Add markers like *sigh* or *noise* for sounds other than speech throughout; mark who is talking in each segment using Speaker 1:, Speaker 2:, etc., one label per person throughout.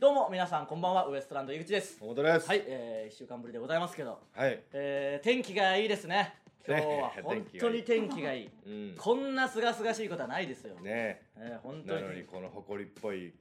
Speaker 1: どうも皆さんこんばんはウエストランド井口です
Speaker 2: 本当です。
Speaker 1: はい、えー、1週間ぶりでございますけど、
Speaker 2: はい。
Speaker 1: えー、天気がいいですね今日は本
Speaker 2: 天気
Speaker 1: 当
Speaker 2: がい
Speaker 1: に
Speaker 2: い
Speaker 1: 天気がいい
Speaker 2: うん。ね
Speaker 1: こんなすがすがしいことはないですよ、
Speaker 2: え。
Speaker 1: えー、本当
Speaker 2: な
Speaker 1: に
Speaker 2: のにこの埃っぽい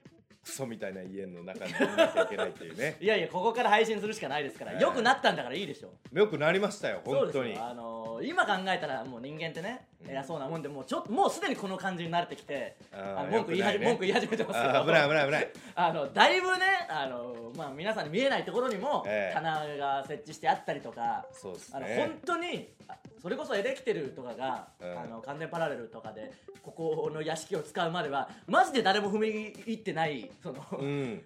Speaker 2: クソみたいな家の中にいなきゃいけないっていうね
Speaker 1: *laughs* 。いやいやここから配信するしかないですから、
Speaker 2: え
Speaker 1: 良
Speaker 2: ー
Speaker 1: よくなったんだからいいでしょ
Speaker 2: よくなりましたよ
Speaker 1: そう
Speaker 2: 本
Speaker 1: ですよ
Speaker 2: 当に。
Speaker 1: あのー今考えたらもう人間ってね、
Speaker 2: うん
Speaker 1: 偉そうなもんでもうちょっともうすでにこの感じに慣れてきて
Speaker 2: あー
Speaker 1: あの文句言い
Speaker 2: よくな
Speaker 1: 始
Speaker 2: い
Speaker 1: め
Speaker 2: ね
Speaker 1: 文句言い始めてますけ
Speaker 2: あ
Speaker 1: ど
Speaker 2: ー危ない危ない危ない。
Speaker 1: *laughs* あのだいぶね、あのまあ、皆さんに見えないところにも、
Speaker 2: ええ
Speaker 1: 棚が設置してあったりとか、
Speaker 2: そうです
Speaker 1: あの
Speaker 2: ね
Speaker 1: 本。当にあそれこそエレキテルとかが、
Speaker 2: うん
Speaker 1: あの完全パラレルとかでここの屋敷を使うまではマジで誰も踏み入ってないその、
Speaker 2: うん。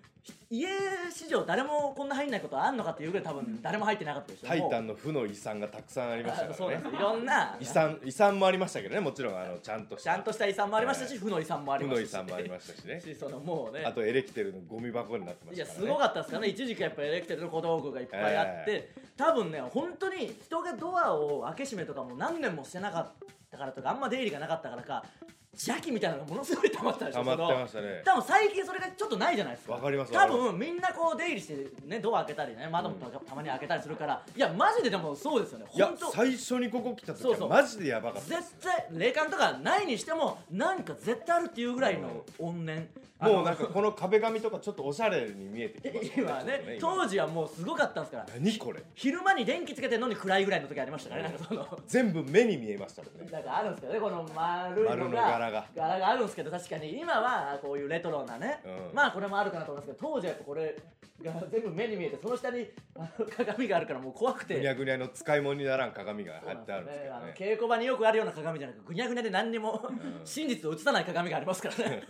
Speaker 1: 家史上誰もこんな入んないことあんのかっていうぐらい多分誰も入ってなかったでしょ
Speaker 2: タイタン
Speaker 1: の
Speaker 2: の負の遺産がたくさんありましたか
Speaker 1: そうな
Speaker 2: ら
Speaker 1: ん
Speaker 2: ね
Speaker 1: です。よいろんな
Speaker 2: 遺産遺産もありましたけどねもちろんあのちゃんとし
Speaker 1: ちゃ
Speaker 2: た
Speaker 1: んとした遺産もありましたし、
Speaker 2: ええ
Speaker 1: 負の遺産もあり
Speaker 2: 負
Speaker 1: ました
Speaker 2: の遺
Speaker 1: し
Speaker 2: 産もありましたしね。
Speaker 1: しそのもうね
Speaker 2: あとエレキテルのゴミ箱になってま
Speaker 1: い
Speaker 2: した
Speaker 1: や
Speaker 2: から
Speaker 1: す
Speaker 2: ね。
Speaker 1: ごかったですからね一時期やっぱエレキテルの小道具がいっぱいあって、多分ね本当に人がドアを開け閉めとかも何年もしてなかったからとかあんま出入りがなかったからか邪気みたいなのがものすごい溜まってたでしょ
Speaker 2: 溜まって
Speaker 1: その
Speaker 2: ましたね。
Speaker 1: 多分最近それがちょっとないじゃないですか
Speaker 2: わかります
Speaker 1: 多
Speaker 2: わかりま
Speaker 1: 分みんなこう出入りしてねドア開けたりね窓もたたまに開けたりするから、いやマジででもそうですよね
Speaker 2: いや
Speaker 1: 本当
Speaker 2: 最初にここ来た
Speaker 1: そう
Speaker 2: 時
Speaker 1: そ
Speaker 2: は
Speaker 1: う
Speaker 2: マジでやばかった。
Speaker 1: 絶対霊感とかないにしても何か絶対あるっていうぐらいの怨念あの *laughs*
Speaker 2: もうなんかこの壁紙とかちょっとおしゃれに見えてきました
Speaker 1: 今ね
Speaker 2: ちょっと
Speaker 1: 当時はもうすごかったんですから
Speaker 2: 今何これ
Speaker 1: 昼間に電気つけてんのに暗いぐらいの時ありましたからね、なんかその。
Speaker 2: 全部目に見えましたもんね
Speaker 1: なんかあるんですけどね、この丸いのが
Speaker 2: 丸の柄が
Speaker 1: 柄があるんですけど確かに今はこういうレトロなね、
Speaker 2: うん
Speaker 1: まあこれもあるかなと思いますけど当時はやっぱこれが全部目に見えてその下にあの鏡があるからもう怖くて
Speaker 2: ぐにゃぐにゃの使い物にならん鏡が貼ってあるんですけ
Speaker 1: そうなんですよ
Speaker 2: どね
Speaker 1: ねあの稽古場によくあるような鏡じゃなくぐにゃぐにゃで何にも、
Speaker 2: ん
Speaker 1: 真実を映さない鏡がありますから
Speaker 2: *laughs*
Speaker 1: ね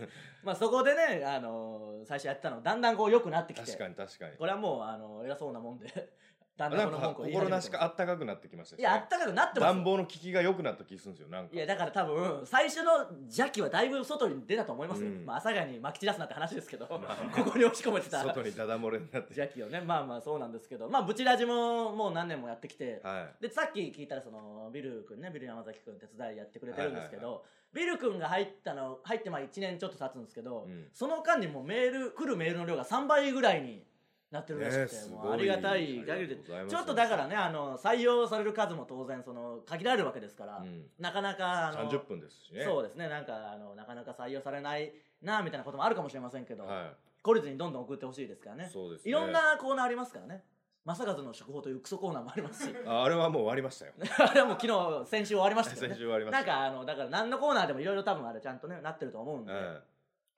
Speaker 1: まあそこでね、あの最初やってたのだんだんこう良くなってきて
Speaker 2: 確かに確かに
Speaker 1: これはもう、あの偉そうなもんでだんだ
Speaker 2: なんん
Speaker 1: この文
Speaker 2: か
Speaker 1: 句を言い始
Speaker 2: 心
Speaker 1: め
Speaker 2: な
Speaker 1: て
Speaker 2: しかあったかくなってきましたし
Speaker 1: い
Speaker 2: ね
Speaker 1: やあったかくなってますよ
Speaker 2: 暖房の効きが良くなった気するんですよなんか
Speaker 1: いやだから多分最初の邪気はだいぶ外に出たと思いますよ、
Speaker 2: うん
Speaker 1: まあ、朝霞に撒き散らすなって話ですけど、ここに押し込めてた
Speaker 2: 外にダダ漏れに
Speaker 1: *laughs*
Speaker 2: なって
Speaker 1: 邪気をねまあまあそうなんですけどまあブチラジももう何年もやってきて、
Speaker 2: は
Speaker 1: でさっき聞いたらそのビル君ねビル山崎君手伝いやってくれてるんですけど、
Speaker 2: は
Speaker 1: ビル君が入ったの入ってまあ1年ちょっと経つんですけど、
Speaker 2: うん
Speaker 1: その間にもうメール来るメールの量が3倍ぐらいになってるらしくて、
Speaker 2: ねえ
Speaker 1: もうありがたい
Speaker 2: すごいあ
Speaker 1: 限り
Speaker 2: り
Speaker 1: で
Speaker 2: がとうございま
Speaker 1: ち
Speaker 2: す
Speaker 1: ょっとだからねあの採用される数も当然その限られるわけですから、
Speaker 2: い、うん、
Speaker 1: なかなかあの
Speaker 2: 30分ですしね
Speaker 1: そうですねなんかあのなかなか採用されないなみたいなこともあるかもしれませんけど、
Speaker 2: は
Speaker 1: 懲りずにどんどん送ってほしいですから
Speaker 2: い
Speaker 1: ね
Speaker 2: そうですね
Speaker 1: いろんなコーナーありますからね正和の食報というクソコーナーもありますし
Speaker 2: *laughs* ああれはもう終わりました
Speaker 1: *laughs*
Speaker 2: よ
Speaker 1: あれはもう昨日先週終わりました
Speaker 2: 先
Speaker 1: けど
Speaker 2: 週
Speaker 1: ね
Speaker 2: 終わりま
Speaker 1: な
Speaker 2: し
Speaker 1: ん
Speaker 2: た
Speaker 1: かあのだから何のコーナーでもいろいろ多分あれちゃんとねなってると思うんで、
Speaker 2: うん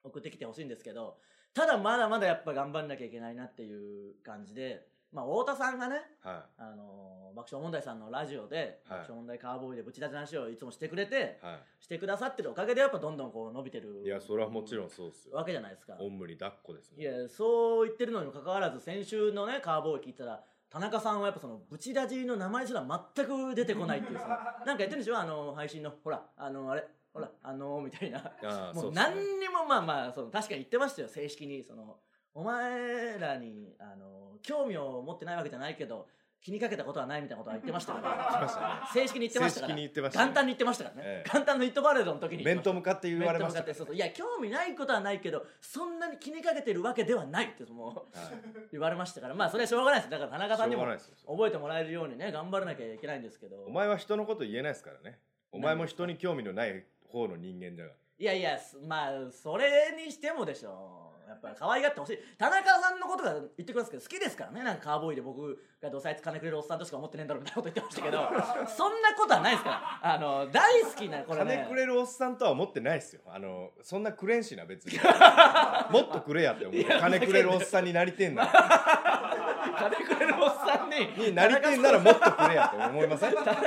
Speaker 1: 送ってきてほしいんですけどただまだまだやっぱ頑張んなきゃいけないなっていう感じでまあ太田さんがね
Speaker 2: は
Speaker 1: あの爆笑問題さんのラジオで、
Speaker 2: はい
Speaker 1: 爆笑問題カーボーイでぶち出しの話をいつもしてくれて
Speaker 2: いは
Speaker 1: してくださってるおかげでやっぱどんどんこう伸びてる
Speaker 2: いいやそれはもちろんそうですよ
Speaker 1: わけじゃないですか
Speaker 2: おんむに抱っこです
Speaker 1: い
Speaker 2: ね
Speaker 1: やそう言ってるのにもかかわらず先週のねカーボーイ聞いたら田中さんはやっぱそのブチラジの名前すら全く出てこないっていうその
Speaker 2: *laughs*
Speaker 1: なんか言ってるんでしょあの配信のほらあのあれほらあのみたいな
Speaker 2: あー
Speaker 1: も
Speaker 2: そううっすね
Speaker 1: 何にもまあまあその確かに言ってましたよ正式にそのお前らにあの興味を持ってないわけじゃないけど気にかけたことはないみたいなことは言ってましたか
Speaker 2: *laughs* 言って
Speaker 1: ら
Speaker 2: ましたね
Speaker 1: 正式に言ってましたか
Speaker 2: 正式
Speaker 1: ら
Speaker 2: に言ってましたね
Speaker 1: 元旦に言ってましたからね、
Speaker 2: ええ
Speaker 1: 元旦のイットパレードの時に言ってまし
Speaker 2: 面
Speaker 1: た
Speaker 2: と向かって言われま
Speaker 1: 面
Speaker 2: した
Speaker 1: と向かってそうそういや興味ないことはないけどそんなに気にかけてるわけではないってもう
Speaker 2: はい
Speaker 1: 言われましたからまあそれはしょうがないですだから田中さんに
Speaker 2: しょ
Speaker 1: も
Speaker 2: うがないです
Speaker 1: 覚えてもらえるようにね頑張らなきゃいけないんですけど
Speaker 2: お前は人のこと言えないですからねお前も人に興味のない方の人間だが
Speaker 1: いやいやすまあそれにしてもでしょやっぱ可愛がってほしい田中さんのことが言ってくださいけど好きですからねなんかカーボーイで僕がどうせあいつ金くれるおっさんとしか思ってねえんだろうみたいなこと言ってましたけど
Speaker 2: *laughs*
Speaker 1: そんなことはないですからあの大好きなこれね
Speaker 2: 金くれるおっさんとは思ってないですよあのそんなくれんしな別に
Speaker 1: *laughs*
Speaker 2: もっとくれやって思う金くれるおっさんになりてんなら
Speaker 1: 金くれるおっさんに
Speaker 2: になりてんならもっとくれやって思いません
Speaker 1: 田中さ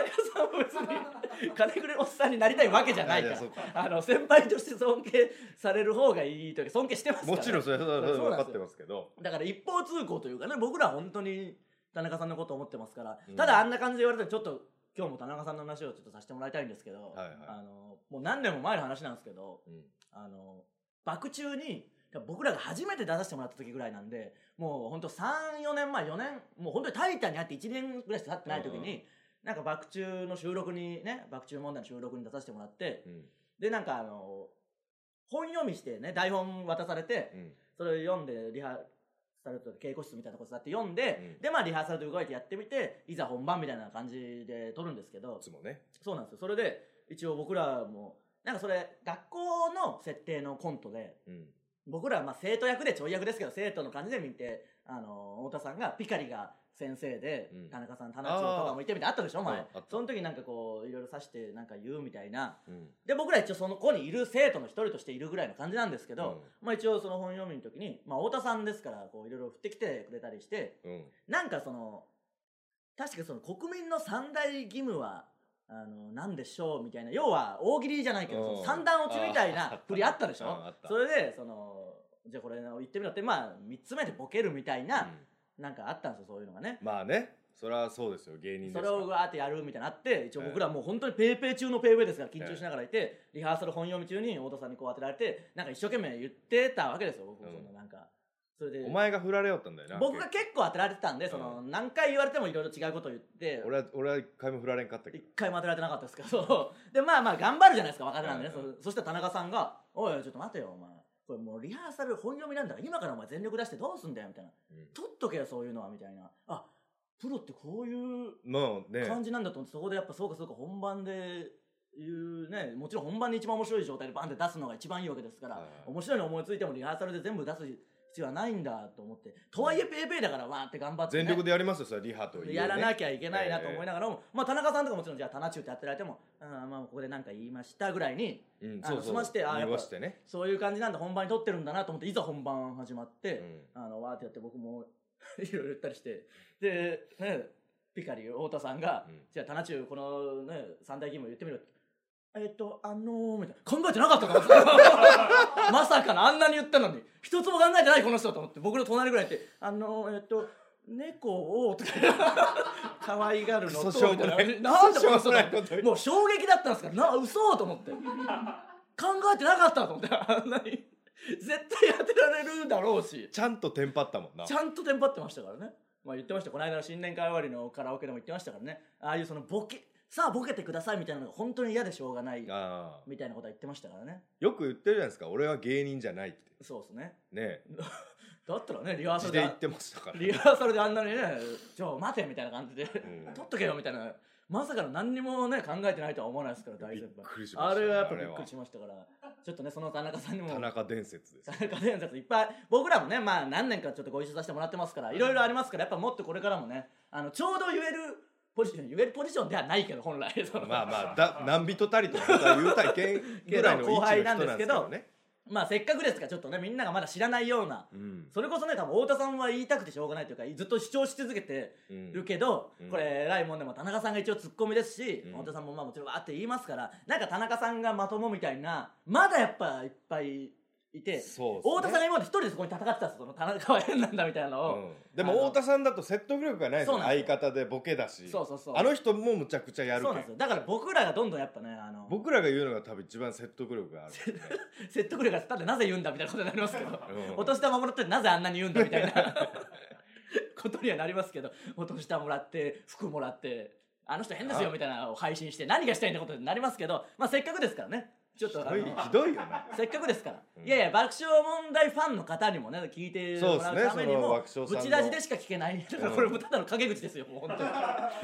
Speaker 1: んも別に金くれるおっさんになりたいわけじゃないか
Speaker 2: い
Speaker 1: ら
Speaker 2: やそうか
Speaker 1: あの先輩として尊敬される方がいいというか尊敬してますから
Speaker 2: もちろんそれは
Speaker 1: そうそう
Speaker 2: 分
Speaker 1: なん
Speaker 2: か
Speaker 1: ですよ
Speaker 2: ってますけど
Speaker 1: だから一方通行というかね僕らは本当に田中さんのこと思ってますから、
Speaker 2: うん
Speaker 1: ただあんな感じで言われたらちょっと今日も田中さんの話をちょっとさせてもらいたいんですけど、
Speaker 2: はいはい
Speaker 1: あのもう何年も前の話なんですけど
Speaker 2: うん
Speaker 1: あの爆中に僕らが初めて出させてもらった時ぐらいなんでもうほんと34年前4年もう本当に「タイタン」にあって1年ぐらいしか経ってない時
Speaker 2: うんう
Speaker 1: に、なんか爆中の収録にね爆中問題の収録に出させてもらって
Speaker 2: うん
Speaker 1: でなんかあの本読みしてね台本渡されて
Speaker 2: うん
Speaker 1: それを読んでリハサルトで稽古室みたいなとこ座って読んで、
Speaker 2: うん
Speaker 1: でまあリハーサルで動いてやってみていざ本番みたいな感じで撮るんですけど
Speaker 2: いつもね
Speaker 1: そうなんですよそれで一応僕らもなんかそれ学校の設定のコントで
Speaker 2: うん
Speaker 1: 僕らはまあ生徒役でちょい役ですけど生徒の感じで見てあの太田さんがピカリが先生で、
Speaker 2: うん
Speaker 1: 田中さん田中とかもいてみたいなあったでしょ
Speaker 2: うんあ
Speaker 1: 前
Speaker 2: った
Speaker 1: その時なんかこういろいろ指してなんか言うみたいな
Speaker 2: うん
Speaker 1: で僕ら一応その子にいる生徒の一人としているぐらいの感じなんですけど、まあ一応その本読みの時に、まあ太田さんですから、こういろいろ振ってきてくれたりして、
Speaker 2: うんうん
Speaker 1: なんかその、確かその国民の三大義務は、あの、なんでしょうみたいな、要は大喜利じゃないけど、
Speaker 2: うん
Speaker 1: その三段落ちみたい
Speaker 2: ああった
Speaker 1: な
Speaker 2: ね
Speaker 1: 振りあったでし
Speaker 2: うん
Speaker 1: ょ
Speaker 2: あった
Speaker 1: それで、その、じゃあこれを言ってみろって、まあ三つ目でボケるみたいな、なんかあったんですよ、そういうのがね。
Speaker 2: まあねそれはそうですよ芸人です
Speaker 1: そ
Speaker 2: から
Speaker 1: れをわーってやるみたいなのあって一応僕らもう本当にペーペー中のペーペーですから緊張しながらいてリハーサル本読み中に太田さんにこう当てられてなんか一生懸命言ってたわけですよ僕
Speaker 2: うん
Speaker 1: そのなんかそれで
Speaker 2: お前が振られよったんだよな
Speaker 1: 僕が結構当てられてたんでその何回言われてもいろいろ違うこと言って
Speaker 2: 俺は俺は一回も振られんかったけ
Speaker 1: 一
Speaker 2: ど
Speaker 1: 回も当てられてなかったですけど *laughs* でまあまあ頑張るじゃないですか若手なんでね
Speaker 2: う
Speaker 1: そ
Speaker 2: んう
Speaker 1: そしたら田中さんが「おいちょっと待てよお前これもうリハーサル本読みなんだから今からお前全力出してどうすんだよ」みたいな
Speaker 2: うん
Speaker 1: 「取っとけよそういうのは」みたいな「あプロってこういう
Speaker 2: もうね
Speaker 1: 感じなんだと思ってそこでやっぱそうかそうか本番でいうねもちろん本番で一番面白い状態でバンって出すのが一番いいわけですから、
Speaker 2: はいはい
Speaker 1: 面白いの思いついてもリハーサルで全部出す必要はないんだと思ってとはいえペイペイだからわーって頑張って、ね、
Speaker 2: 全力でやりますよそれはリハと
Speaker 1: やらな
Speaker 2: き
Speaker 1: きゃいけないなと思いながらも、まあ田中さんとかもちろんじゃあ「タナチュー」ってやってられても「うんまあここで何か言いました」ぐらいに
Speaker 2: うん
Speaker 1: あ
Speaker 2: そ
Speaker 1: の
Speaker 2: うそ
Speaker 1: 済
Speaker 2: う
Speaker 1: ましてあーやっぱ
Speaker 2: 濁してね
Speaker 1: そういう感じなんだ本番に撮ってるんだなと思っていざ本番始まって。
Speaker 2: うん
Speaker 1: あの、わーってやって僕も *laughs* いろいろ言ったりして。で、ね、ピカリ、太田さんが、
Speaker 2: うん
Speaker 1: じゃあ、タナチュー、このね、三大義務言ってみろって。えっと、あのー、みたいな。考えてなかったから *laughs* まさかのあんなに言ったのに。一つも考えてないこの人と思って、僕の隣ぐらいで、あのー、えっと、猫を、とか、 *laughs* 可愛がるのと、
Speaker 2: クソしょうもない
Speaker 1: みたいななんでこの
Speaker 2: ク
Speaker 1: 人
Speaker 2: ソしょうもないこと言う
Speaker 1: もう衝撃だったんですから、な、嘘と思って。考えてなかったと思って、あんなに。絶対当てられるだろうし。
Speaker 2: ちゃんとテンパったもんな
Speaker 1: ちゃんとテンパってましたからね。まあ言ってました。この間の新年会終わりのカラオケでも言ってましたからね。ああいうそのボケ、さあボケてくださいみたいなのが本当に嫌でしょうがない
Speaker 2: あー
Speaker 1: みたいなことは言ってましたからね。
Speaker 2: よく言ってるじゃないですか俺は芸人じゃないって
Speaker 1: そうですね。
Speaker 2: ね
Speaker 1: だったらね、リハーサ
Speaker 2: 地
Speaker 1: ル
Speaker 2: で
Speaker 1: で
Speaker 2: 言っ、てましたから
Speaker 1: リハーサルであんなにね、じゃあ待てみたいな感じで、
Speaker 2: ん
Speaker 1: 取っとけよみたいな。まさかの何にもね、考えてないとは思わないですから、大
Speaker 2: びっ
Speaker 1: 先輩。
Speaker 2: くりしま
Speaker 1: あ
Speaker 2: したね
Speaker 1: れはやっぱ
Speaker 2: あ
Speaker 1: び
Speaker 2: れ
Speaker 1: っ
Speaker 2: は
Speaker 1: くりしましたから、ちょっとね、その田中さんにも、
Speaker 2: 田中伝説
Speaker 1: *laughs*
Speaker 2: です
Speaker 1: 田中伝説いっぱい僕らもねまあ何年かちょっとご一緒させてもらってますからいろいろありますからやっぱもっとこれからもねあのちょうど言えるポジション言えるポジションではないけど本来その
Speaker 2: ま
Speaker 1: *laughs*
Speaker 2: あまあだ何人たりとまた言うたいけんぐらいの位置の人なんですけどね
Speaker 1: 後輩なんまあせっかくですからちょっとねみんながまだ知らないような
Speaker 2: うん
Speaker 1: それこそね多分太田さんは言いたくてしょうがないというかずっと主張し続けて
Speaker 2: うん
Speaker 1: るけど、
Speaker 2: うん
Speaker 1: これ偉いもんでも田中さんが一応ツッコミですし、
Speaker 2: うん
Speaker 1: 太田さんもまあもちろんわーって言いますからなんか田中さんがまともみたいなまだやっぱいっぱいいて、
Speaker 2: そうですね
Speaker 1: 太田さんが今まで一人でそこに戦ってたんですよその田中は変なんだみたいなのを。
Speaker 2: うんでも太田さんだと説得力がないですよ
Speaker 1: そうなんです
Speaker 2: 相
Speaker 1: よ
Speaker 2: 方でボケだし
Speaker 1: そうそうそう
Speaker 2: あの人もむちゃくちゃやる
Speaker 1: そうな
Speaker 2: け
Speaker 1: んで
Speaker 2: ん
Speaker 1: すよだから僕らがどんどんやっぱねあの
Speaker 2: 僕らが言うのが多分一番説得力がある、ね、
Speaker 1: 説得力がたってなぜ言うんだみたいなことになりますけ
Speaker 2: *laughs*
Speaker 1: ど、 *laughs*
Speaker 2: うん
Speaker 1: お年玉もらってなぜあんなに言うんだみたいな *laughs* ことにはなりますけどお年玉もらって服もらってあの人変ですよ
Speaker 2: あ
Speaker 1: みたいなのを配信して何がしたいんだことになりますけど、まあ、せっかくですからねちょっとあ
Speaker 2: ひどい
Speaker 1: の
Speaker 2: ひどいよ
Speaker 1: *laughs*
Speaker 2: な
Speaker 1: せっかくですから、
Speaker 2: うん
Speaker 1: いやいや爆笑問題ファンの方にもね聞いてもらうためにも、
Speaker 2: そうですねその爆笑さん
Speaker 1: ぶ
Speaker 2: の
Speaker 1: ち出しでしか聞けないだからこれもうただの陰口ですよもう本当
Speaker 2: *laughs*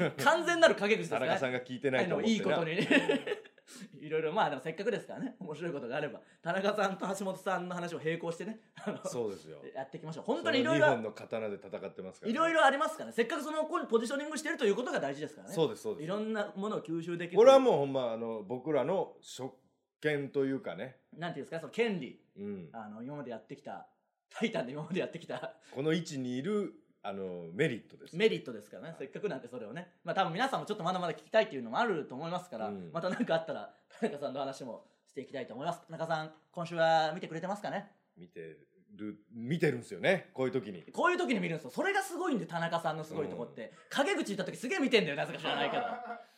Speaker 1: に完全なる陰口です
Speaker 2: 田
Speaker 1: ね
Speaker 2: 中さんが聞いてないと思って
Speaker 1: いいことにね *laughs* いろいろまあでもせっかくですからね面白いことがあれば田中さんと橋本さんの話を並行してねあの
Speaker 2: そうですよ
Speaker 1: *laughs* やっていきましょう本当にいろい
Speaker 2: その
Speaker 1: ろ
Speaker 2: 二本の刀で戦ってますから
Speaker 1: い
Speaker 2: ね、
Speaker 1: ろいろありますからねせっかくその子にポジショニングしてるということが大事ですからね
Speaker 2: そうですそうで
Speaker 1: い
Speaker 2: す
Speaker 1: ろんなものを吸収できる
Speaker 2: これはもうほんまあの僕らの職権というかね、
Speaker 1: なんていうんですかその権利
Speaker 2: うん、
Speaker 1: あの今までやってきたタイタンで今までやってきた
Speaker 2: この位置にいるあのメリットです
Speaker 1: メリットですからねせっかくなんでそれをねまあ多分皆さんもちょっとまだまだ聞きたいっていうのもあると思いますから、
Speaker 2: うん
Speaker 1: また何かあったら田中さんの話もしていきたいと思います田中さん今週は見てくれてますかね
Speaker 2: 見てる見てるんですよねこういう時に
Speaker 1: こういう時に見るんですよ。それがすごいんで、田中さんのすごいとこって。陰口言った時すげえ見てんだよ、なぜか知らないけど。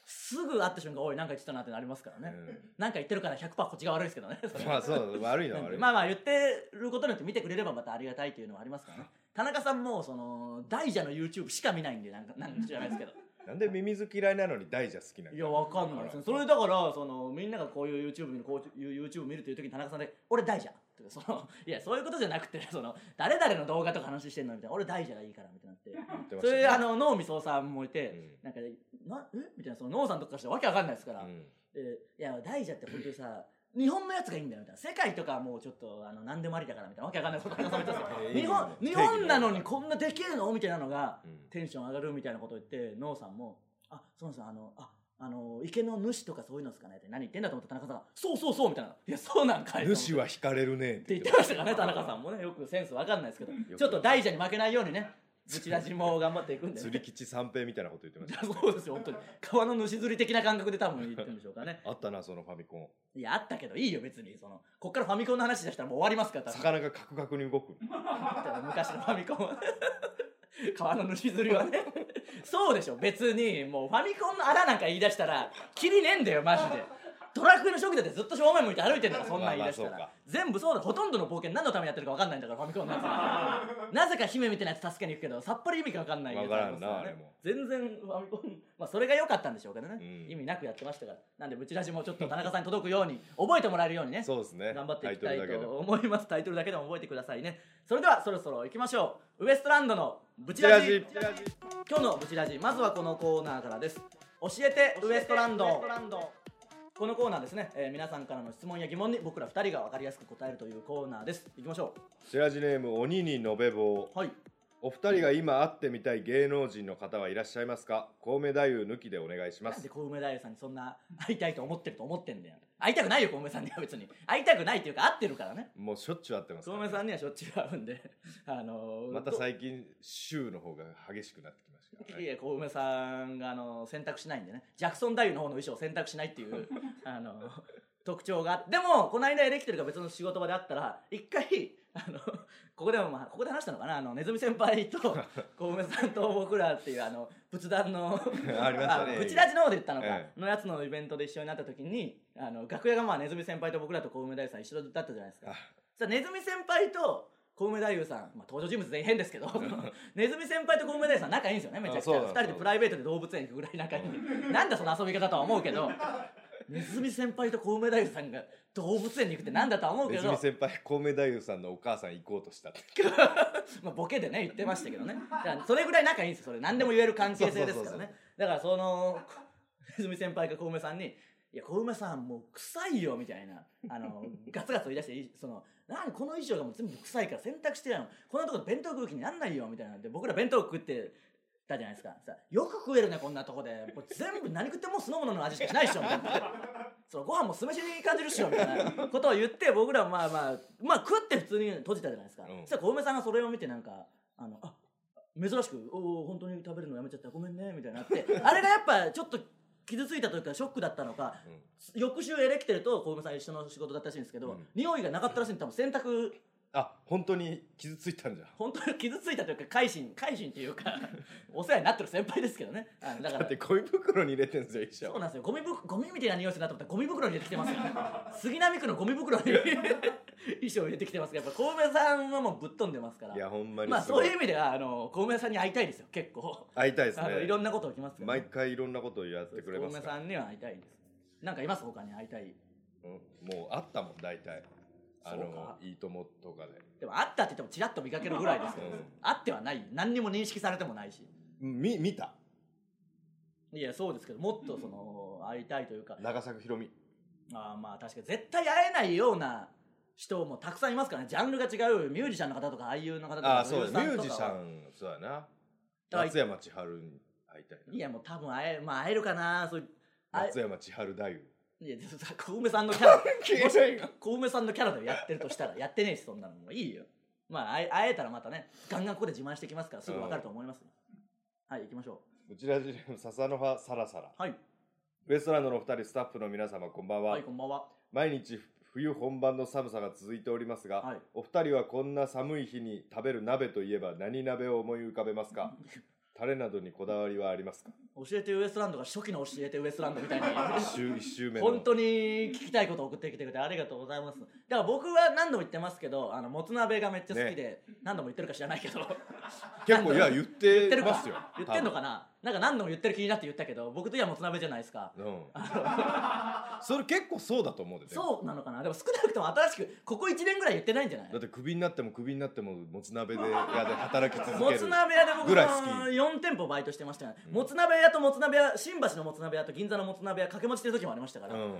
Speaker 1: すぐ会った瞬間、おい、なんか言ってたなってなりますからね。なんか言ってるから100%こっちが *laughs* 悪いですけどね。それ
Speaker 2: まあそう悪いのは悪い
Speaker 1: まあまあ言ってることによって見てくれればまたありがたいというのはありますからね。田中さんも、その、大蛇の YouTube しか見ないんで、なん *laughs* か、なんか知らないですけど。
Speaker 2: なんでミミズ嫌いなのに大蛇好きなの
Speaker 1: いや、わかんないですね。それだから、その、みんながこういう YouTube 見る、こういう YouTube 見るという時に田中さんで、俺大蛇ってそのいやそういうことじゃなくてその誰々の動画とか話してんのみたいな俺大蛇がいいからみたいになって
Speaker 2: 言ってま
Speaker 1: そ
Speaker 2: し
Speaker 1: れ
Speaker 2: たね
Speaker 1: であの能見総さんもい
Speaker 2: うん
Speaker 1: て、なんかなえみたいなその能さんとかしてわけわかんないですから、
Speaker 2: うん
Speaker 1: でいや大蛇って本当にさ日本のやつがいいんだよみたいな世界とかはもうちょっとあの何でもありだからみたいなわけわかんないことを話されたんですよ
Speaker 2: えー
Speaker 1: 日本
Speaker 2: *laughs* いいね
Speaker 1: 日本なのにこんなできるのみたいなのが
Speaker 2: うん
Speaker 1: テンション上がるみたいなこと言ってノーさんも「あそうなんですよあのああの池の主とかそういうのですかね」って何言ってんだと思った田中さんが「そうそうそう」みたいな「いやそうなんかい」
Speaker 2: 主
Speaker 1: っ
Speaker 2: は惹かれるねっ
Speaker 1: て
Speaker 2: て
Speaker 1: 言ってましたからね田中さんもねよくセンスわかんないですけど
Speaker 2: く
Speaker 1: ちょっと大蛇に負けないようにねぶち出しも頑張っていくんで、
Speaker 2: 釣
Speaker 1: ね、
Speaker 2: り吉三平みたいなこと言ってまし
Speaker 1: そうですよ本当に川の主釣り的な感覚で多分言ってるんでしょうかね *laughs*
Speaker 2: たあったなそのファミコン
Speaker 1: いやあったけどいいよ別にそのこっからファミコンの話出したらもう終わりますから多分
Speaker 2: 魚がカクカクに動く
Speaker 1: 昔のファミコンは川の主釣りはねそうでしょ別にもうファミコンの穴なんか言い出したらキリねえんだよマジでドラクエの初期だってずっと正面向いて歩いてんだからそんなん言い出したら、
Speaker 2: まあまあ
Speaker 1: 全部そうだほとんどの冒険何のためにやってるか分かんないんだからファミコンのやつなぜか姫みたいなやつ助けに行くけどさっぱり意味が分かんないやつ
Speaker 2: 分からんな
Speaker 1: あり
Speaker 2: あれ
Speaker 1: ま
Speaker 2: も
Speaker 1: すからね全然ファミコンまあそれが良かったんでしょうけどね、
Speaker 2: うん
Speaker 1: 意味なくやってましたからなんでブチラジもちょっと田中さんに届くように覚えてもらえるようにね
Speaker 2: そうですね
Speaker 1: 頑張っていきた
Speaker 2: タイ
Speaker 1: い
Speaker 2: トルだけで
Speaker 1: と思いますタイトルだけでも覚えてくださいねそれではそろそろ行きましょうウエストランドのブチ
Speaker 2: チラ
Speaker 1: ラジ
Speaker 2: ジ
Speaker 1: 今日のブチラジまずはこのコーナーからです教えてウエストランドこのコーナーですね、えー皆さんからの質問や疑問に僕ら2人が分かりやすく答えるというコーナーです行きましょ
Speaker 2: チラジネーム鬼に延べ棒
Speaker 1: うはい
Speaker 2: お二人が今会ってみたい芸能人の方はいらっしゃいますかコウメ太夫抜きでお願いしま
Speaker 1: なん
Speaker 2: す
Speaker 1: で小梅太夫さんにそんな会いたいと思ってると思ってんだよ会いたくないよ小梅さんには別に会いたくないっていうか会ってるからね
Speaker 2: もうしょっちゅう会ってます
Speaker 1: 小
Speaker 2: から
Speaker 1: 梅さんにはしょっちゅう会うんであのー
Speaker 2: また最近週の方が激しくなってきましたから
Speaker 1: い
Speaker 2: ね
Speaker 1: や小梅さんがあの選択しないんでねジャクソン・ダイの方の衣装を選択しないっていう
Speaker 2: *laughs*
Speaker 1: あの特徴があってでもこの間エレキテルが別の仕事場であったら一回あのここでも、まあ、ここで話したのかなあのネズミ先輩
Speaker 2: *laughs*
Speaker 1: と小梅さんと僕らっていうあの仏壇の
Speaker 2: *laughs* ありましたね
Speaker 1: あブチラジの方で言ったのか、
Speaker 2: え
Speaker 1: のやつのイベントで一緒になった時にあの楽屋がまあネズミ先輩と僕らと小梅大夫さん一緒だったじゃないですか
Speaker 2: あ
Speaker 1: さネズミ先輩と小梅太夫さん、まあ、登場人物全員変
Speaker 2: *laughs*
Speaker 1: ですけどネズミ先輩と小梅太夫さん仲いいんですよねめちゃくちゃ
Speaker 2: あ
Speaker 1: 2
Speaker 2: そうなんだ
Speaker 1: 人でプライベートで動物園行くぐらい仲いいなんだその遊び方とは思うけどネズミ先輩と小梅太夫さんが動物園に行くってなんだとは思うけ
Speaker 2: ネズ
Speaker 1: ど
Speaker 2: ミ先輩コウメ太夫さんのお母さん行こうとしたって
Speaker 1: まあ、ボケでね言ってましたけどねだからそれぐらい仲いいんですよそれ何でも言える関係性です
Speaker 2: そう
Speaker 1: から
Speaker 2: そうそうそう
Speaker 1: ねだからその泉先輩が小梅さんに「いや小梅さんもう臭いよ」みたいなあのガツガツ言い出していその「なんこの衣装がもう全部臭いから洗濯してやのこんなとこで弁当食う気になんないよ」みたいなんで僕ら弁当食ってたじゃないですかさよく食えるねこんなとこでもう全部何食っても酢の物の味しかしないっしょみたいな。そのご飯も酢飯に感じるっしょみたいなことを言って僕らまあまあまあ食って普通に閉じたじゃないですか、
Speaker 2: うん
Speaker 1: そしたら小梅さんがそれを見てなんかあのあ珍しく「おお本当に食べるのやめちゃったごめんね」みたいになってあれがやっぱちょっと傷ついたというかショックだったのか
Speaker 2: うん
Speaker 1: 翌週エレキテルと小梅さん一緒の仕事だったらしいんですけど、
Speaker 2: うん
Speaker 1: 匂いがなかったらしいんで多分洗濯
Speaker 2: あ本当に傷ついたんじゃん
Speaker 1: 本当に傷ついたというか改心改心というかお世話になってる先輩ですけどねあのだか
Speaker 2: だ
Speaker 1: ら
Speaker 2: ってゴミ袋に入れてんすよ医者
Speaker 1: そうなんですよゴミぶゴミみたいな匂いするなと思ったらゴミ袋に入れてきてますよ杉並区のゴミ袋に *laughs* 衣装を入れてきてますからやっぱ小梅さんはもうぶっ飛んでますから
Speaker 2: いやほんまに
Speaker 1: まあ
Speaker 2: す
Speaker 1: そ
Speaker 2: ご
Speaker 1: う
Speaker 2: い
Speaker 1: いう意味ではあの小梅さんに会いたいですよ結構、
Speaker 2: 会いたいです
Speaker 1: あの
Speaker 2: ね
Speaker 1: いろんなこと起きますからね、
Speaker 2: 毎回いろんなことをやってくれ
Speaker 1: 小
Speaker 2: ます
Speaker 1: 梅
Speaker 2: から
Speaker 1: さんには会いたいですなんかいます他に会いたい
Speaker 2: うんもうあったもん大体
Speaker 1: そ
Speaker 2: あ
Speaker 1: う
Speaker 2: の
Speaker 1: か
Speaker 2: 「いいとも」とかで
Speaker 1: でも会ったって言ってもチラッと見かけるぐらいですけど、
Speaker 2: うん
Speaker 1: 会ってはない何にも認識されてもないし
Speaker 2: み見た
Speaker 1: いやそうですけどもっとその会いたいというか
Speaker 2: 長作ひろみ
Speaker 1: あーまあ確かに絶対会えないような人もたくさんいますからねジャンルが違うミュージシャンの方とか俳優の方とか
Speaker 2: ああそうだミュージシャ
Speaker 1: ン
Speaker 2: ンそうだな
Speaker 1: はい
Speaker 2: 松山千春に会いたい
Speaker 1: いやもう多分会え,、まあ、会えるかなそう
Speaker 2: な
Speaker 1: あ
Speaker 2: 松山千春太夫
Speaker 1: いやさ小梅さんのキャラ
Speaker 2: 携帯が
Speaker 1: 小梅さんのキャラでやってるとしたらやってねえしそんなのもういいよまあ会え会えたらまたねガンガンここで自慢してきますからすぐ分かると思いますよ、はい行きましょ
Speaker 2: うちらじネーム笹の葉サラサラ
Speaker 1: うはい
Speaker 2: ウエストランドのお二人スタッフの皆様こんばんは、
Speaker 1: はいこんばんは
Speaker 2: 毎日冬本番の寒さが続いておりますが、
Speaker 1: はい
Speaker 2: お二人はこんな寒い日に食べる鍋といえば何鍋を思い浮かべますかタレなどにこだわりはありますか
Speaker 1: お教えてウエストランドが初期の教えてウエストランドみた
Speaker 2: *laughs*
Speaker 1: いに
Speaker 2: 一
Speaker 1: *laughs*
Speaker 2: 周一周目の
Speaker 1: 本当に聞きたいこと送ってきてくれてありがとうございますだから僕は何度も言ってますけどあのもつ鍋がめっちゃ好きで、何度も言ってるか知らないけど
Speaker 2: 結構いや
Speaker 1: 言
Speaker 2: 言っ
Speaker 1: って
Speaker 2: て
Speaker 1: る
Speaker 2: ま
Speaker 1: か
Speaker 2: すよ
Speaker 1: *laughs* 言ってんのかななんか何度も言ってる気になって言ったけど僕といえばもつ鍋じゃないですか
Speaker 2: 多分うんそれ結構そうだと思うでね
Speaker 1: そうなのかなでも少なくとも新しくここ1年ぐらい言ってないんじゃない
Speaker 2: だってクビになってもクビになってももつ鍋で屋で働き続け
Speaker 1: も
Speaker 2: る
Speaker 1: つ鍋屋で僕
Speaker 2: ぐらい好き
Speaker 1: 4店舗バイトしてましたね、もつ鍋屋ともつ鍋屋新橋のもつ鍋屋と銀座のもつ鍋屋掛け持ちしてる時もありましたから、
Speaker 2: うん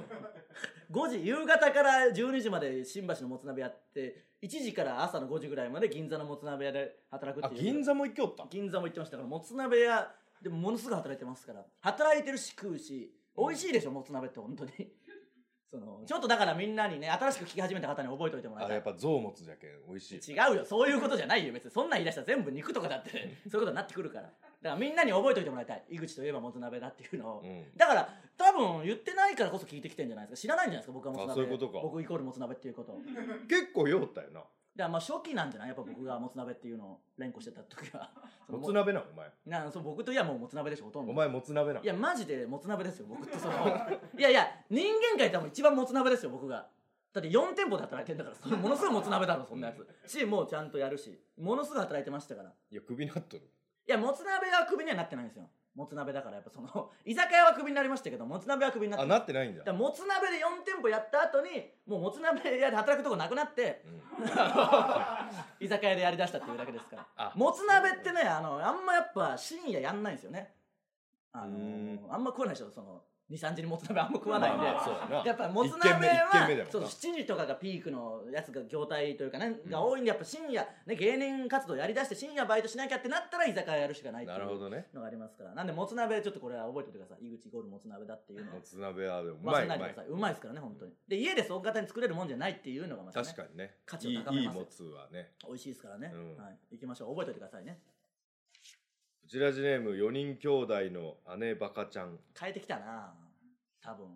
Speaker 1: 5時夕方から12時まで新橋のもつ鍋屋って1時から朝の5時ぐらいまで銀座のもつ鍋屋で働くっ
Speaker 2: あ
Speaker 1: ていう
Speaker 2: 銀座も行きおった
Speaker 1: 銀座も行ってましたからもつ鍋屋でもものすごい働いてますから働いてるし食うし美味しいでしょ、もつ鍋って本当に *laughs* そのちょっとだからみんなにね新しく聞き始めた方に覚えておいてもらい
Speaker 2: あ
Speaker 1: た
Speaker 2: や
Speaker 1: い
Speaker 2: っぱ象もつじゃけん美味しい
Speaker 1: 違うよそういうことじゃないよ別にそんなん言い出したら全部肉とかだってそういうことになってくるからだからみんなに覚えておいてもらいたい井口といえばもつ鍋だっていうのを、
Speaker 2: うん
Speaker 1: だから多分言ってないからこそ聞いてきてんじゃないですか知らないんじゃないですか僕はもつ鍋
Speaker 2: あそういうことか
Speaker 1: 僕イコールもつ鍋っていうことをだか
Speaker 2: 結構酔ったよな
Speaker 1: らまあ初期なんじゃないやっぱ僕がもつ鍋っていうのを連呼してた時は *laughs* その
Speaker 2: もつ鍋なお前
Speaker 1: なそう僕といえばもうもつ鍋でしょほとんど
Speaker 2: お前もつ鍋ない
Speaker 1: やマジでもつ鍋ですよ僕ってその *laughs* いやいや人間界で多分一番もつ鍋ですよ僕がだって4店舗で働いてんだからそのものすごいもつ鍋だろそんなやつしもうちゃんとやるしものすごい働いてましたからい
Speaker 2: いやクビになっとる
Speaker 1: やもつ鍋はクビにはなってないんですよもつ鍋だからやっぱその *laughs* 居酒屋はクビになりましたけどもつ鍋はクビになって
Speaker 2: あ
Speaker 1: ない
Speaker 2: なってないんだ
Speaker 1: だからもつ鍋で4店舗やった後にもうもつ鍋屋で働くとこなくなって
Speaker 2: うん
Speaker 1: 居酒屋でやりだしたっていうだけです
Speaker 2: *laughs*
Speaker 1: から
Speaker 2: あ
Speaker 1: もつ鍋ってねあのあんまやっぱ深夜やんないんですよねあの
Speaker 2: うー
Speaker 1: あんま食わないでしょその23時にもつ鍋あんま食わないんで、
Speaker 2: まあまあそうやな
Speaker 1: やっぱもつ
Speaker 2: 一軒
Speaker 1: 鍋
Speaker 2: 目一軒目だ
Speaker 1: は
Speaker 2: もんな
Speaker 1: そう7時とかがピークのやつが業態というかね、が多いんでやっぱ深夜、ね、芸人活動やりだして深夜バイトしなきゃってなったら居酒屋やるしかないってい
Speaker 2: なるほ
Speaker 1: う
Speaker 2: どね
Speaker 1: のがありますからなんでもつ鍋ちょっとこれは覚えておいてください井口イコールもつ鍋だっていうのを
Speaker 2: もつ鍋はでもうま
Speaker 1: 忘
Speaker 2: い
Speaker 1: れ
Speaker 2: う
Speaker 1: な
Speaker 2: ま
Speaker 1: いでくだ
Speaker 2: い
Speaker 1: さいうまいですからね本当にで家でそう簡単に作れるもんじゃないっていうのがまたね
Speaker 2: 確かにね
Speaker 1: 価値
Speaker 2: い
Speaker 1: を高め
Speaker 2: いいい
Speaker 1: ます
Speaker 2: もつはね
Speaker 1: 美味しいですからね、
Speaker 2: うん
Speaker 1: はい、行きましょう覚えておいてくださいね
Speaker 2: うちらじネーム4人兄弟の姉バカちゃん
Speaker 1: 変えてきたな多分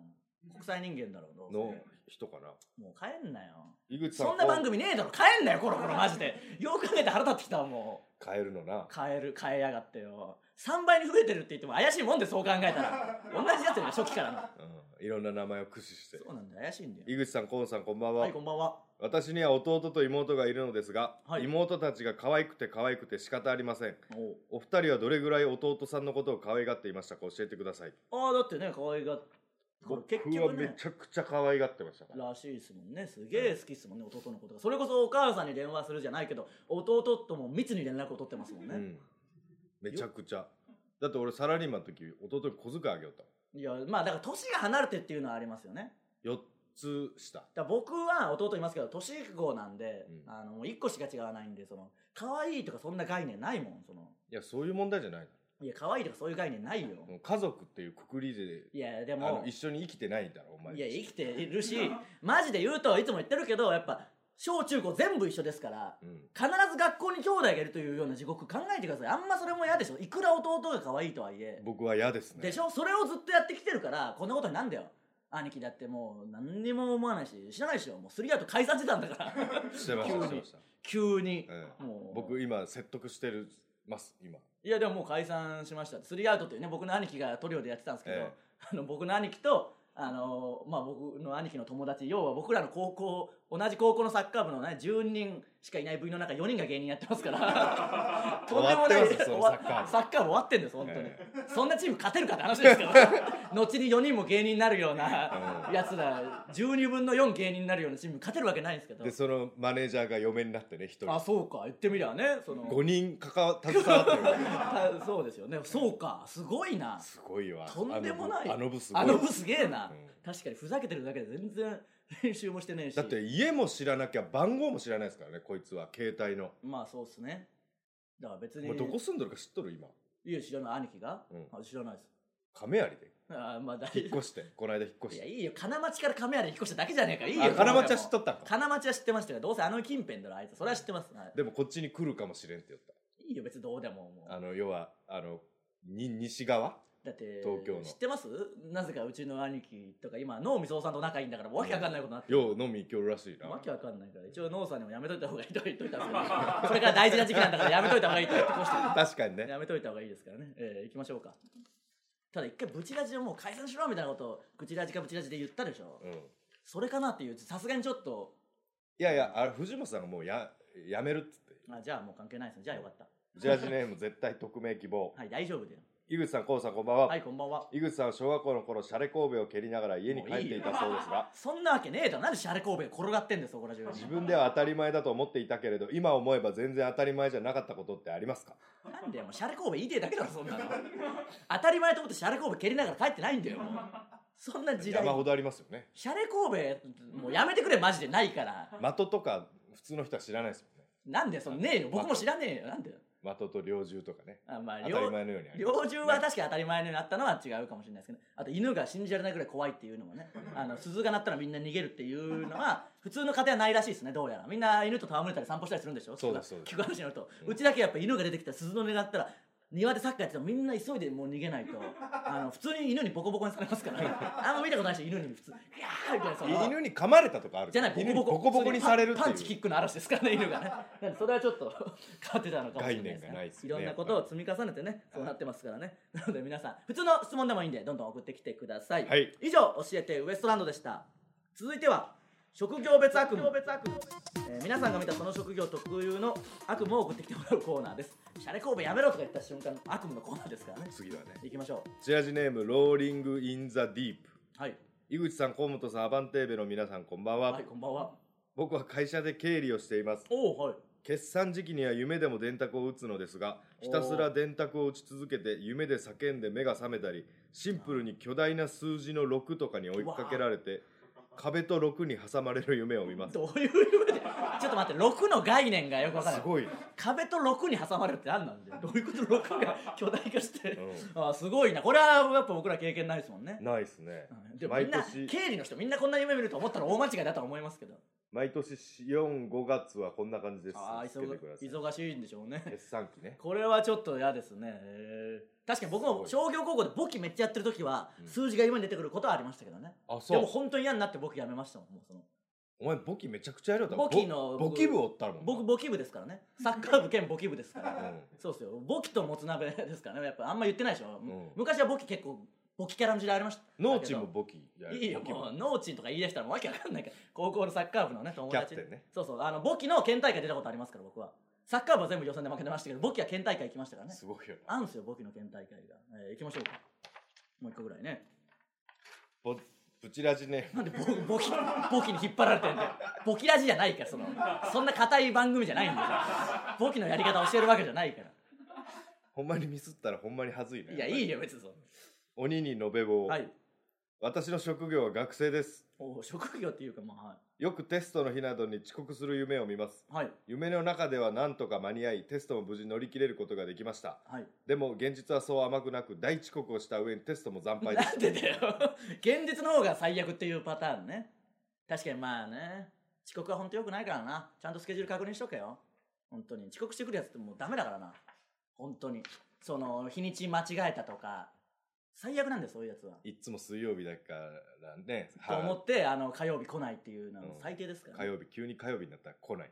Speaker 1: 国際人間だろうどうせ
Speaker 2: の人かな
Speaker 1: もう帰んなよ
Speaker 2: 井口さん
Speaker 1: そんな番組ねえだろ帰んなよコロコロマジでよく考えて腹立ってきたわもう
Speaker 2: 変えるのな
Speaker 1: 変える変えやがってよ3倍に増えてるって言っても怪しいもんでそう考えたら同じやつよ初期
Speaker 2: *laughs*
Speaker 1: からの
Speaker 2: うんいろんな名前を駆使して
Speaker 1: そうなんだよ怪しいんだよ
Speaker 2: 井口さん、コーンさん、こんばんは。
Speaker 1: はいこんばんは
Speaker 2: 私には弟と妹がいるのですが、
Speaker 1: はい
Speaker 2: 妹たちが可愛くて可愛くて仕方ありません。
Speaker 1: おう
Speaker 2: お二人はどれぐらい弟さんのことを可愛がっていましたか教えてください。
Speaker 1: ああだってね可愛がこれ結
Speaker 2: 僕は
Speaker 1: 局
Speaker 2: め
Speaker 1: ね
Speaker 2: ちゃくちゃ可愛がってましたから。
Speaker 1: らしいですもんねすげえ好きですもんね弟のことがそれこそお母さんに電話するじゃないけど弟とも密に連絡を取ってますもんね、
Speaker 2: うん、めちゃくちゃ。だって俺サラリーマンの時、弟に小遣いあげよった
Speaker 1: いやまあだから年が離れてっていうのはありますよね
Speaker 2: もん。4つ下。
Speaker 1: だから僕は弟いますけど年子なんで、
Speaker 2: うん
Speaker 1: あの1個しか違わないんでその可愛いとかそんな概念ないもんその
Speaker 2: いや、そういう問題じゃない
Speaker 1: いや可愛いとかそういう概念ないよ、
Speaker 2: の。もう家族っていうくくりで、
Speaker 1: いやで
Speaker 2: あの
Speaker 1: も
Speaker 2: 一緒に生きてないんだろ、お前。
Speaker 1: いや生きているしマジで言うといつも言ってるけどやっぱ小中高全部一緒ですから
Speaker 2: うん、
Speaker 1: 必ず学校に兄弟がいるというような地獄考えてくださいあんまそれも嫌でしょいくら弟が可愛いとはいえ
Speaker 2: 僕は嫌ですね。
Speaker 1: でしょそれをずっとやってきてるからこんなことになんだよ兄貴だってもう何にも思わないし知らないでしょもうスリーアウト解散してたんだから
Speaker 2: *laughs* してました、してました。
Speaker 1: 急に、
Speaker 2: ええ
Speaker 1: もう
Speaker 2: 僕今説得してるます今
Speaker 1: いやでももう解散しましたスリーアウトっていうね僕の兄貴がトリオでやってたんですけど、
Speaker 2: ええ
Speaker 1: あの僕の兄貴とあのまあ僕の兄貴の友達要は僕らの高校同じ高校のサッカー部のね10人しかいない部員の中4人が芸人やってますから
Speaker 2: *laughs*
Speaker 1: とんでもない
Speaker 2: 終わってますよそのサッカー部
Speaker 1: サッカー部終わってんです本当に、
Speaker 2: え
Speaker 1: そんなチーム勝てるかって話ですけど *laughs* 後に4人も芸人になるようなやつら12分の4芸人になるようなチーム勝てるわけないんですけど
Speaker 2: でそのマネージャーが嫁になってね一
Speaker 1: あ
Speaker 2: 人
Speaker 1: そうか言ってみりゃねその
Speaker 2: 5人かか携わってるから
Speaker 1: *laughs* たそうですよねそうかすごいな
Speaker 2: すごいわ
Speaker 1: とんでもない
Speaker 2: あの部すご
Speaker 1: あ
Speaker 2: い
Speaker 1: の部すげえな、
Speaker 2: う
Speaker 1: 確かにふざけてるだけで全然 *laughs* 練習もしてねえし
Speaker 2: だって家も知らなきゃ番号も知らないですからねこいつは携帯の、
Speaker 1: まあそうっすねだから別
Speaker 2: も
Speaker 1: に
Speaker 2: うどこ住んどるか知っとる今
Speaker 1: いや知らない兄貴が、
Speaker 2: うん
Speaker 1: あ知らないです *laughs*
Speaker 2: 亀有で
Speaker 1: あまあ大
Speaker 2: 引っ越してこの間引っ越
Speaker 1: い
Speaker 2: し
Speaker 1: や
Speaker 2: て
Speaker 1: いいよ金町から亀有に引っ越しただけじゃねえからいい
Speaker 2: あ
Speaker 1: よ
Speaker 2: 金町は知っと
Speaker 1: っ
Speaker 2: ったんか
Speaker 1: 金町は知ってましたけどどうせあの近辺だろあいつそれは知ってます、はい
Speaker 2: でもこっちに来るかもしれんって言っ
Speaker 1: いいよ別にどうでももう
Speaker 2: たあの要はあのに西側
Speaker 1: だって
Speaker 2: 東京の
Speaker 1: 知ってますなぜかうちの兄貴とか今能見そうさんと仲いいんだからもうわけわかんないことになってる
Speaker 2: よう飲み行きおるらしいな
Speaker 1: わけわかんないから一応ノーさんにもやめといた方がいいとは言っといたんですけ
Speaker 2: *laughs*
Speaker 1: どこれから大事な時期なんだからやめといた方がいいと言ってこうして
Speaker 2: 確かにね
Speaker 1: やめといた方がいいですからね、えー、行きましょうかただ一回ブチラジをもう解散しろみたいなことをブチラジかブチラジで言ったでしょ、
Speaker 2: うん、い
Speaker 1: それかなっていうさすがにちょっと
Speaker 2: やいやあれ藤本さんがもうややめるっつって
Speaker 1: あじゃあもう関係ないですねじゃあよかった
Speaker 2: ジャージネーム絶対匿名希望
Speaker 1: はい大丈夫だよ
Speaker 2: 井口さんこうさんこんばんは、
Speaker 1: はいこんばんは
Speaker 2: 井口さんは小学校の頃シャレ神戸を蹴りながら家に帰っていたそうですが
Speaker 1: そんなわけねえだろなんでシャレ神戸が転がってんですよそこら中に
Speaker 2: 自分では当たり前だと思っていたけれど今思えば全然当たり前じゃなかったことってありますか
Speaker 1: なんだよもうシャレ神戸言いてえだけだろそんなの当たり前と思ってシャレ神戸蹴りながら帰ってないんだよもうそんな時代
Speaker 2: 山ほどありますよね
Speaker 1: シャレ神戸もうやめてくれマジでないから
Speaker 2: 的とか普通の人は知らないですもんね
Speaker 1: なんでそのねえよ僕も知らねえよなんで
Speaker 2: 的と猟銃とかね
Speaker 1: あまあ
Speaker 2: 当
Speaker 1: 両
Speaker 2: たり前のようにあります
Speaker 1: 猟銃は確かに当たり前のようになったのは違うかもしれないですけどあと犬が信じられないぐらい怖いっていうのも
Speaker 2: *laughs*
Speaker 1: ねあの鈴が鳴ったらみんな逃げるっていうのは *laughs* 普通の家庭はないらしいですねどうやらみんな犬と戯れたり散歩したりするんでしょ
Speaker 2: そうですそうです
Speaker 1: 聞く話になると、
Speaker 2: う
Speaker 1: うんちだけやっぱ犬が出てきたら鈴の音が鳴ったら庭でサッカーやってたらみんな急いでもう逃げないとあの普通に犬にボコボコにされますから、
Speaker 2: *laughs*
Speaker 1: ね、あんま見たことないし犬に普通「いやー」みたいなその
Speaker 2: 犬に噛まれたとかある
Speaker 1: じゃないボ
Speaker 2: 犬
Speaker 1: コ
Speaker 2: に
Speaker 1: ボコ
Speaker 2: ボコボコにされるっていう
Speaker 1: パンチキックの嵐ですからね
Speaker 2: *laughs*
Speaker 1: 犬がねなんでそれはちょっと変わってたのかもしれないです
Speaker 2: 概念がないです
Speaker 1: い
Speaker 2: よ
Speaker 1: ろ
Speaker 2: ね
Speaker 1: んなことを積み重ねてねそうなってますからねなので皆さん普通の質問でもいいんでどんどん送ってきてください、
Speaker 2: はい
Speaker 1: 以上教えてウエストランドでした続いては職業別悪夢えー皆さんが見たその職業特有の悪夢を送ってきてもらうコーナーですシャレ神戸やめろとか言った瞬間の悪夢のコーナーですからね
Speaker 2: 次はね
Speaker 1: 行きましょ
Speaker 2: ジャージネームローリング・イン・ザ・ディープ
Speaker 1: うはい、
Speaker 2: 井口さん河本さんアバンテーベの皆さんこんばんは、
Speaker 1: はい、こんばんは
Speaker 2: 僕は会社で経理をしています
Speaker 1: おおはい
Speaker 2: 決算時期には夢でも電卓を打つのですがひたすら電卓を打ち続けて夢で叫んで目が覚めたりシンプルに巨大な数字の6とかに追いかけられて壁と6に挟まれる夢を見ます
Speaker 1: どういう夢でちょっと待って6の概念がよくわから
Speaker 2: す
Speaker 1: ない
Speaker 2: ごいね
Speaker 1: 壁と6に挟まれるって何なんでどういうこと6が
Speaker 2: *laughs*
Speaker 1: 巨大化して、
Speaker 2: う
Speaker 1: あーすごいなこれはやっぱ僕ら経験ないですもんね
Speaker 2: ないですね
Speaker 1: うんでもみ
Speaker 2: 毎
Speaker 1: んな
Speaker 2: 年
Speaker 1: 経理の人みんなこんな夢見ると思ったら大間違いだとは思いますけど
Speaker 2: 毎年45月はこんな感じです
Speaker 1: ああ
Speaker 2: つけてください
Speaker 1: 忙しいんでしょうね
Speaker 2: 決算期ね
Speaker 1: これはちょっと嫌ですねへー確かに僕も商業高校で簿記めっちゃやってる時は
Speaker 2: うん
Speaker 1: 数字が夢に出てくることはありましたけどね、
Speaker 2: あ
Speaker 1: で
Speaker 2: そ
Speaker 1: も
Speaker 2: う
Speaker 1: 本当に嫌になって簿記やめましたもんもうその
Speaker 2: お前簿記めちゃくちゃやるよ多分
Speaker 1: 簿記の
Speaker 2: 簿記部おったもん
Speaker 1: 僕簿記部ですからねサッカー部兼簿記部ですから、
Speaker 2: うん
Speaker 1: そうですよ簿記ともつ鍋ですからねやっぱあんま言ってないでしょ、
Speaker 2: ん
Speaker 1: 昔は簿記結構簿記キャラの時代ありました
Speaker 2: 農地も簿記や
Speaker 1: だ
Speaker 2: る
Speaker 1: けどいいよ
Speaker 2: 簿記部
Speaker 1: もう農地とか言い出したらもうわけわかんないから高校のサッカー部のね友達
Speaker 2: キャプテンね
Speaker 1: そうそうあの簿記の県大会出たことありますから僕はサッカー部は全部予選で負けてましたけど簿記は県大会行きましたからね
Speaker 2: すごいよな
Speaker 1: あるんですよ簿記の県大会が、えー行きましょうかもう一個ぐらいね
Speaker 2: ぼブチラジネーム
Speaker 1: なんで簿簿記簿記に引っ張られてんだよ簿記ラジじゃないからそのそんな硬い番組じゃないんだよ簿記のやり方教えるわけじゃないから
Speaker 2: ほんまにミスったらほんまに恥ずいね
Speaker 1: いやいいよ別にその
Speaker 2: 鬼に延べ棒、
Speaker 1: はい
Speaker 2: 私の職業は学生です
Speaker 1: お職業っていうかまあはい
Speaker 2: よくテストの日などに遅刻する夢を見ます
Speaker 1: はい
Speaker 2: 夢の中では何とか間に合いテストも無事乗り切れることができました
Speaker 1: はい
Speaker 2: でも現実はそう甘くなく大遅刻をした上にテストも惨敗で
Speaker 1: な *laughs*
Speaker 2: す
Speaker 1: んでだよ現実の方が最悪っていうパターンね確かにまあね遅刻は本当良くないからなちゃんとスケジュール確認しとけよ本当に遅刻してくるやつってもうダメだからな本当にその日にち間違えたとか最悪なんだよそういうやつはい
Speaker 2: っつも水曜日だからね
Speaker 1: と思
Speaker 2: は
Speaker 1: ってあの火曜日来ないっていうのは
Speaker 2: うん
Speaker 1: 最低ですか
Speaker 2: い
Speaker 1: ら
Speaker 2: 火
Speaker 1: ね、
Speaker 2: 曜日急に火曜日になったら来ない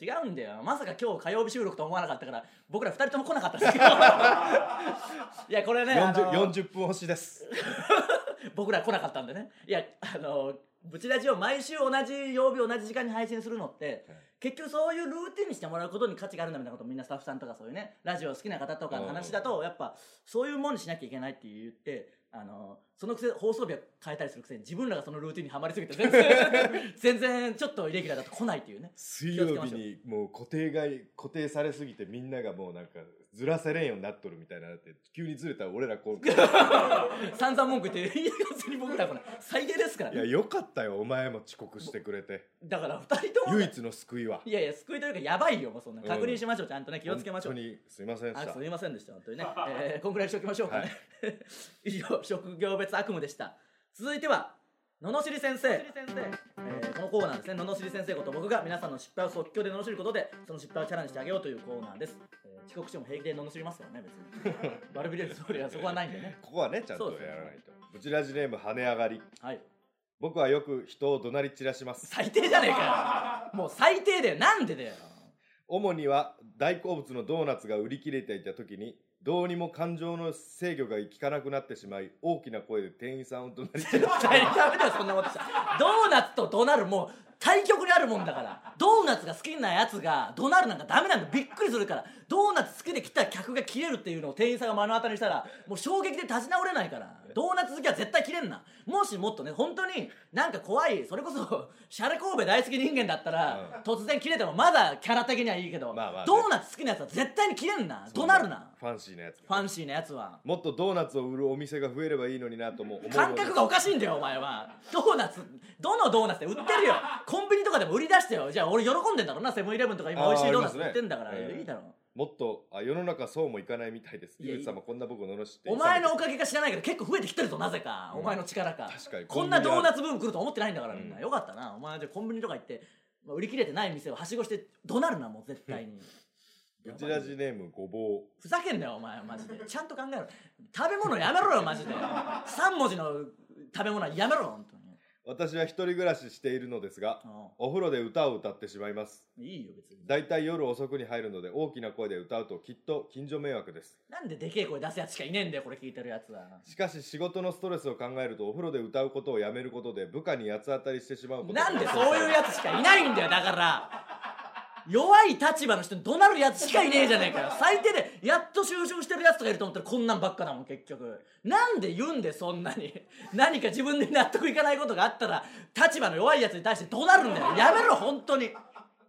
Speaker 1: 違うんだよまさか今日火曜日収録と思わなかったから僕ら二人とも来なかった
Speaker 2: *laughs*
Speaker 1: ですけどいやこれねあ
Speaker 2: 40,
Speaker 1: の
Speaker 2: 40分押しです
Speaker 1: 僕ら来なかったんでねいやあのブチラジを毎週同じ曜日同じ時間に配信するのって、
Speaker 2: はい
Speaker 1: 結局そういうルーティンにしてもらうことに価値があるんだみたいなことをみんなスタッフさんとかそういうねラジオ好きな方とかの話だとやっぱそういうもんにしなきゃいけないって言ってあのそのくせ放送日は変えたりするくせに自分らがそのルーティンにはまりすぎて全然
Speaker 2: *laughs*
Speaker 1: 全然ちょっとイレギュラーだと来ないっていうね
Speaker 2: 水曜日にもう固定が固定されすぎてみんながもうなんかずらせれんようになっとるみたいなのって急にずれたら俺らこ
Speaker 1: *laughs*
Speaker 2: う
Speaker 1: 散々文句言っていや別に僕らこれ最低ですから
Speaker 2: いやよかったよお前も遅刻してくれて
Speaker 1: だから二人とも
Speaker 2: 唯一の救いはい
Speaker 1: やいや救いというかやばいよもうそんな
Speaker 2: うん
Speaker 1: 確認しましょうちゃんとね気をつけましょう
Speaker 2: 本当にすいませんでし
Speaker 1: あ
Speaker 2: た
Speaker 1: すみませんでした本当にね、えーこんぐらいにしておきましょうかね、 *laughs* 以上職業別悪夢でした続いては罵り先生えーこのコーナーですね罵り先生こと僕が皆さんの失敗を即興で罵ることでその失敗をチャレンジしてあげようというコーナーです、えー遅刻しても平気で罵りますからね別にバルビレール総理はそこはないんでね
Speaker 2: ここはねちゃんと
Speaker 1: そうですね
Speaker 2: やらないとブチラジネーム跳ね上がり
Speaker 1: はい
Speaker 2: 僕はよく人を怒鳴り散らします
Speaker 1: 最低じゃねえかよもう最低だよなんでだよ
Speaker 2: 主には大好物のドーナツが売り切れていた時にどうにも感情の制御が効かなくなってしまい大きな声で店員さんを怒鳴り散ら
Speaker 1: 絶対にダメだよそんなことしたらドーナツとドナルもう対極にあるもんだからドーナツが好きなやつがドナルなんかダメなんだびっくりするからドーナツ好きで来た客が切れるっていうのを店員さんが目の当たりにしたらもう衝撃で立ち直れないからドーナツ好きは絶対切れんなもしもっとね本当になんか怖いそれこそシャレ神戸大好き人間だったら、突然切れてもまだキャラ的にはいいけど、
Speaker 2: まあまあね
Speaker 1: ドーナツ好きなやつは絶対に切れんな *laughs*
Speaker 2: そ
Speaker 1: 怒
Speaker 2: ん
Speaker 1: 鳴るな
Speaker 2: ファンシーなやつ
Speaker 1: ファンシーなやつは
Speaker 2: もっとドーナツを売るお店が増えればいいのになとも思うのです
Speaker 1: 感覚がおかしいんだよお前はドーナツどのドーナツで売ってるよコンビニとかでも売り出してよじゃあ俺喜んでんだろうなセブンイレブンとか今美味しいドーナツ売ってんだから、
Speaker 2: あーありますね
Speaker 1: いいだろ、
Speaker 2: もっとあ世の中そうもいかないみたいです
Speaker 1: いや
Speaker 2: ゆうじ様こんな僕を罵って
Speaker 1: お前のおかげか知らないけど結構増えてきてるぞなぜか、
Speaker 2: うん
Speaker 1: お前の力か
Speaker 2: 確かに
Speaker 1: こんなドーナ
Speaker 2: ツ
Speaker 1: ツブーム来ると思ってないんだからみんな、
Speaker 2: うん
Speaker 1: よかったなお前じゃあコンビニとか行って、まあ、売り切れてない店をはしごして怒鳴るなもう絶対に
Speaker 2: うちラジネームごぼう
Speaker 1: ふざけんなよお前マジでちゃんと考えろ食べ物やめろよマジで3文字の食べ物はやめろ本当に
Speaker 2: 私は一人暮らししているのですがお風呂で歌を歌ってしまいます
Speaker 1: うんいいよ別に
Speaker 2: だいたい夜遅くに入るので大きな声で歌うときっと近所迷惑です
Speaker 1: なんででけえ声出すやつしかいねえんだよこれ聞いてるやつは
Speaker 2: しかし仕事のストレスを考えるとお風呂で歌うことをやめることで部下に八つ当たりしてしまうことが
Speaker 1: なんでそういうやつしかいないんだよだから弱い立場の人に怒鳴るやつしかいねえじゃねえかよ最低でやっと就職してるやつとかいると思ったらこんなんばっかだもん結局なんで言うんでそんなに何か自分で納得いかないことがあったら立場の弱いやつに対して怒鳴るんだよやめろ本当に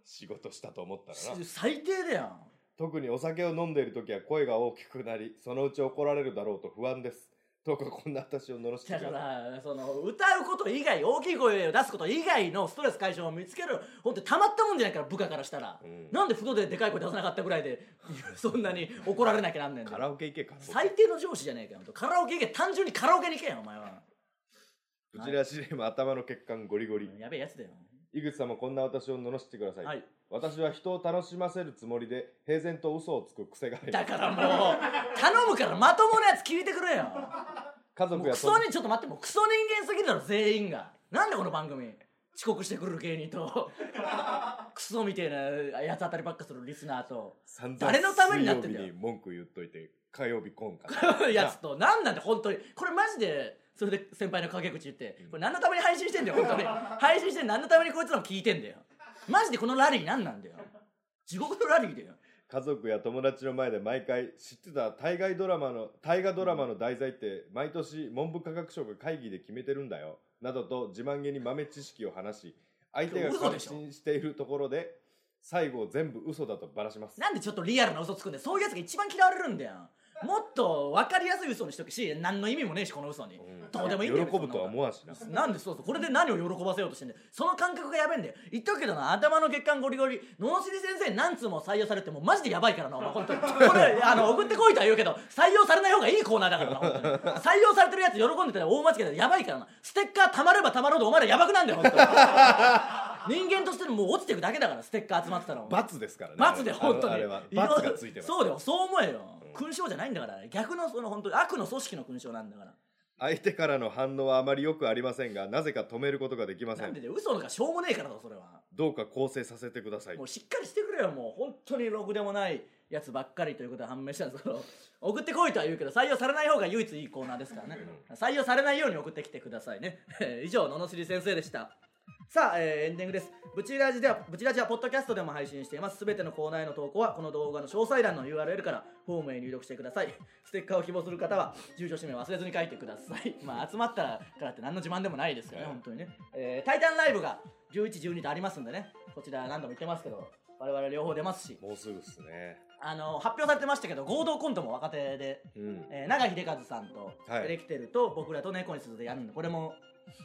Speaker 2: 仕事したと思ったらな
Speaker 1: 最低だよ
Speaker 2: 特にお酒を飲んでいる時は声が大きくなりそのうち怒られるだろうと不安ですどうかこんな私を罵して
Speaker 1: だ
Speaker 2: く
Speaker 1: か
Speaker 2: ださい
Speaker 1: らその歌うこと以外大きい声を出すこと以外のストレス解消を見つける本当にたまったもんじゃないから部下からしたら、
Speaker 2: うん
Speaker 1: なんで風呂ででかい声出さなかったぐらいで *laughs* そんなに怒られなきゃなんねんだ
Speaker 2: カ
Speaker 1: よ
Speaker 2: ラオケ行けカラオケ
Speaker 1: 最低の上司じゃねえかよほんとカラオケ行け単純にカラオケに行けよお前は
Speaker 2: うちらしネーム頭の血管ゴリゴリ
Speaker 1: やべえやつだよ
Speaker 2: 井口様こんな私を罵してください、
Speaker 1: はい
Speaker 2: 私は人を楽しませるつもりで平然と嘘をつく癖がありま
Speaker 1: だ
Speaker 2: す
Speaker 1: からもう頼むからまともなやつ聞いてくれよ
Speaker 2: 家
Speaker 1: も
Speaker 2: 族
Speaker 1: う
Speaker 2: や
Speaker 1: クソにちょっと待ってもうクソ人間すぎるだろ全員がなんでこの番組遅刻してくる芸人
Speaker 2: *laughs*
Speaker 1: とクソみてえなやつ当たりばっかするリスナーと
Speaker 2: 散々
Speaker 1: 誰のためになってんだよ
Speaker 2: 水曜日に文句言っといて火曜日来ん
Speaker 1: *laughs*
Speaker 2: か
Speaker 1: やつと何なんだ本当にこれマジでそれで先輩の陰口言ってこれ何のために配信してんだよ本当に配信して何のためにこいつらも聞いてんだよマジでこのラリー何なんだよ地獄のラリーだよ
Speaker 2: 家族や友達の前で毎回知ってた対外ドラマの大河ドラマの題材って毎年文部科学省が会議で決めてるんだよなどと自慢げに豆知識を話し相手が
Speaker 1: 嘘で
Speaker 2: 感
Speaker 1: しょ
Speaker 2: 心しているところで最後を全部嘘だとばらします
Speaker 1: なんでちょっとリアルな嘘つくんだよそういうやつが一番嫌われるんだよもっと分かりやすい嘘にしとけし何の意味もねえしこの嘘に、
Speaker 2: うん
Speaker 1: どうでもいいんだよ
Speaker 2: 喜ぶとは思わんしな
Speaker 1: なんでそうそうこれで何を喜ばせようとしてんだよその感覚がやべえんだよ言っとくけどな頭の血管ゴリゴリ罵り先生何通も採用されてもうマジでやばいからなお
Speaker 2: *laughs*
Speaker 1: 前本当にこれあの送ってこいとは言うけど採用されない方がいいコーナーだからな本当に採用されてるやつ喜んでたら大間違いだよやばいからなステッカーたまればたまるほどお前らやばくなんだよ本当に人間としてもう落ちていくだけだからステッカー集まってたら
Speaker 2: 罰ですからね
Speaker 1: 罰で本当に
Speaker 2: あれはあれは罰がついてます
Speaker 1: そうだよそう思えよ、勲章じゃないんだから逆のその本当に悪の組織の勲章なんだから
Speaker 2: 相手からの反応はあまりよくありませんがなぜか止めることができませ
Speaker 1: なん
Speaker 2: ん
Speaker 1: でだよ嘘のかしょうもねえからだろそれは
Speaker 2: どうか構成させてください
Speaker 1: もうしっかりしてくれよもう本当にろくでもないやつばっかりということが判明したんですけど *laughs* 送ってこいとは言うけど採用されない方が唯一いいコーナーですからね採用されないように送ってきてくださいね *laughs* 以上ののしり先生でしたさあ、えーエンディングですブチラジではブチラジはポッドキャストでも配信していますすべてのコーナーへの投稿はこの動画の詳細欄の URL からフォームへ入力してください *laughs* ステッカーを希望する方は住所氏名を忘れずに書いてくださいまあ集まったからって何の自慢でもないですからね、
Speaker 2: はい
Speaker 1: 本当にね、えータイタンライブが11、12とありますんでねこちら何度も言ってますけど我々両方出ますし
Speaker 2: もうすぐっすね
Speaker 1: あの発表されてましたけど合同コントも若手で
Speaker 2: うん
Speaker 1: えー、長井秀和さんと、
Speaker 2: はい
Speaker 1: エレキテルと僕らと猫に鈴でやるんでこれも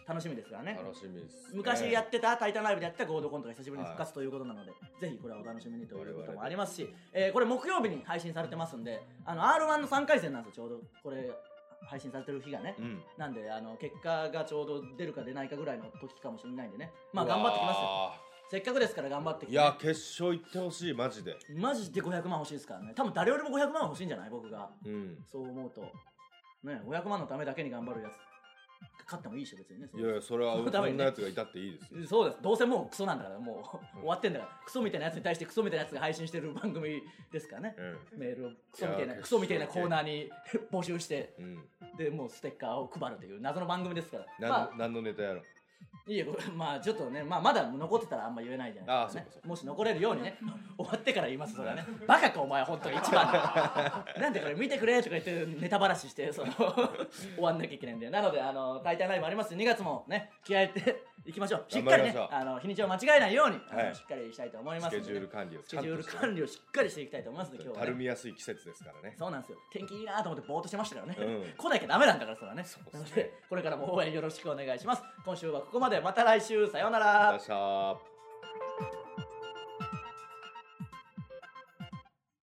Speaker 1: 楽しみですからね
Speaker 2: 楽しみですね
Speaker 1: 昔やってた「タイタンライブ」でやってた合同コントが久しぶりに復活ということなので、ぜひこれはお楽しみにということもありますし、えーこれ木曜日に配信されてますんであの r 1の3回戦なんですよちょうどこれ配信されてる日がね、
Speaker 2: うん
Speaker 1: なんであの結果がちょうど出るか出ないかぐらいの時かもしれないんでねまあ頑張ってきますよせっかくですから頑張ってき
Speaker 2: い
Speaker 1: て
Speaker 2: や決勝行ってほしいマジで
Speaker 1: マジで500万欲しいですからね多分誰よりも500万欲しいんじゃない僕が
Speaker 2: うん
Speaker 1: そう思うとね500万のためだけに頑張るやつ勝ってもいいでしょ別にねそ
Speaker 2: い
Speaker 1: の
Speaker 2: やいや
Speaker 1: *laughs*
Speaker 2: それは
Speaker 1: その
Speaker 2: こ
Speaker 1: ために
Speaker 2: んな
Speaker 1: ね
Speaker 2: やつがいたっていいですよ
Speaker 1: そうですどうせもうクソなんだからもう、
Speaker 2: うん
Speaker 1: 終わってんだからクソみたいなやつに対してクソみたいなやつが配信してる番組ですからね
Speaker 2: うん
Speaker 1: メールをクソみたいない
Speaker 2: やー
Speaker 1: クソみたいなコーナーに *laughs* 募集して
Speaker 2: うん
Speaker 1: でもうステッカーを配るという謎の番組ですから
Speaker 2: 何
Speaker 1: ま
Speaker 2: の何のネタやろう
Speaker 1: あいいよ *laughs* これまあちょっとね、まあ、まだ残ってたらあんま言えないじゃないですか、ね
Speaker 2: あーそうかそう、
Speaker 1: もし残れるようにね *laughs* 終わってから言いますそれはねバカかお前本当に一番
Speaker 2: *laughs*
Speaker 1: のなんでこれ見てくれとか言ってネタばらししてその *laughs* 終わんなきゃいけないんでなのであの大体ライブあります2月もね気合い入れていきましょうしっかり
Speaker 2: 頑張りましょ
Speaker 1: ね
Speaker 2: う
Speaker 1: あの日にちを間違えないように、あの
Speaker 2: はい
Speaker 1: しっかりしたいと思いま
Speaker 2: ス
Speaker 1: すの
Speaker 2: ケ
Speaker 1: で
Speaker 2: ジュール管理を
Speaker 1: ス
Speaker 2: ち
Speaker 1: ケ
Speaker 2: ゃん
Speaker 1: ジュー
Speaker 2: と
Speaker 1: ル
Speaker 2: してね
Speaker 1: 管理をしっかりしていきたいと思いますので今日
Speaker 2: た
Speaker 1: は、
Speaker 2: る
Speaker 1: ね、
Speaker 2: みやすい季節ですからね
Speaker 1: そうなんですよ天気いいなと思ってぼーっとしてましたからね、
Speaker 2: うん
Speaker 1: 来なきゃダメなんだからそれはね
Speaker 2: そうです
Speaker 1: な
Speaker 2: ね
Speaker 1: のでこれからも応援よろしくお願いします今週はここまでまた来週さようなら
Speaker 2: よっしゃー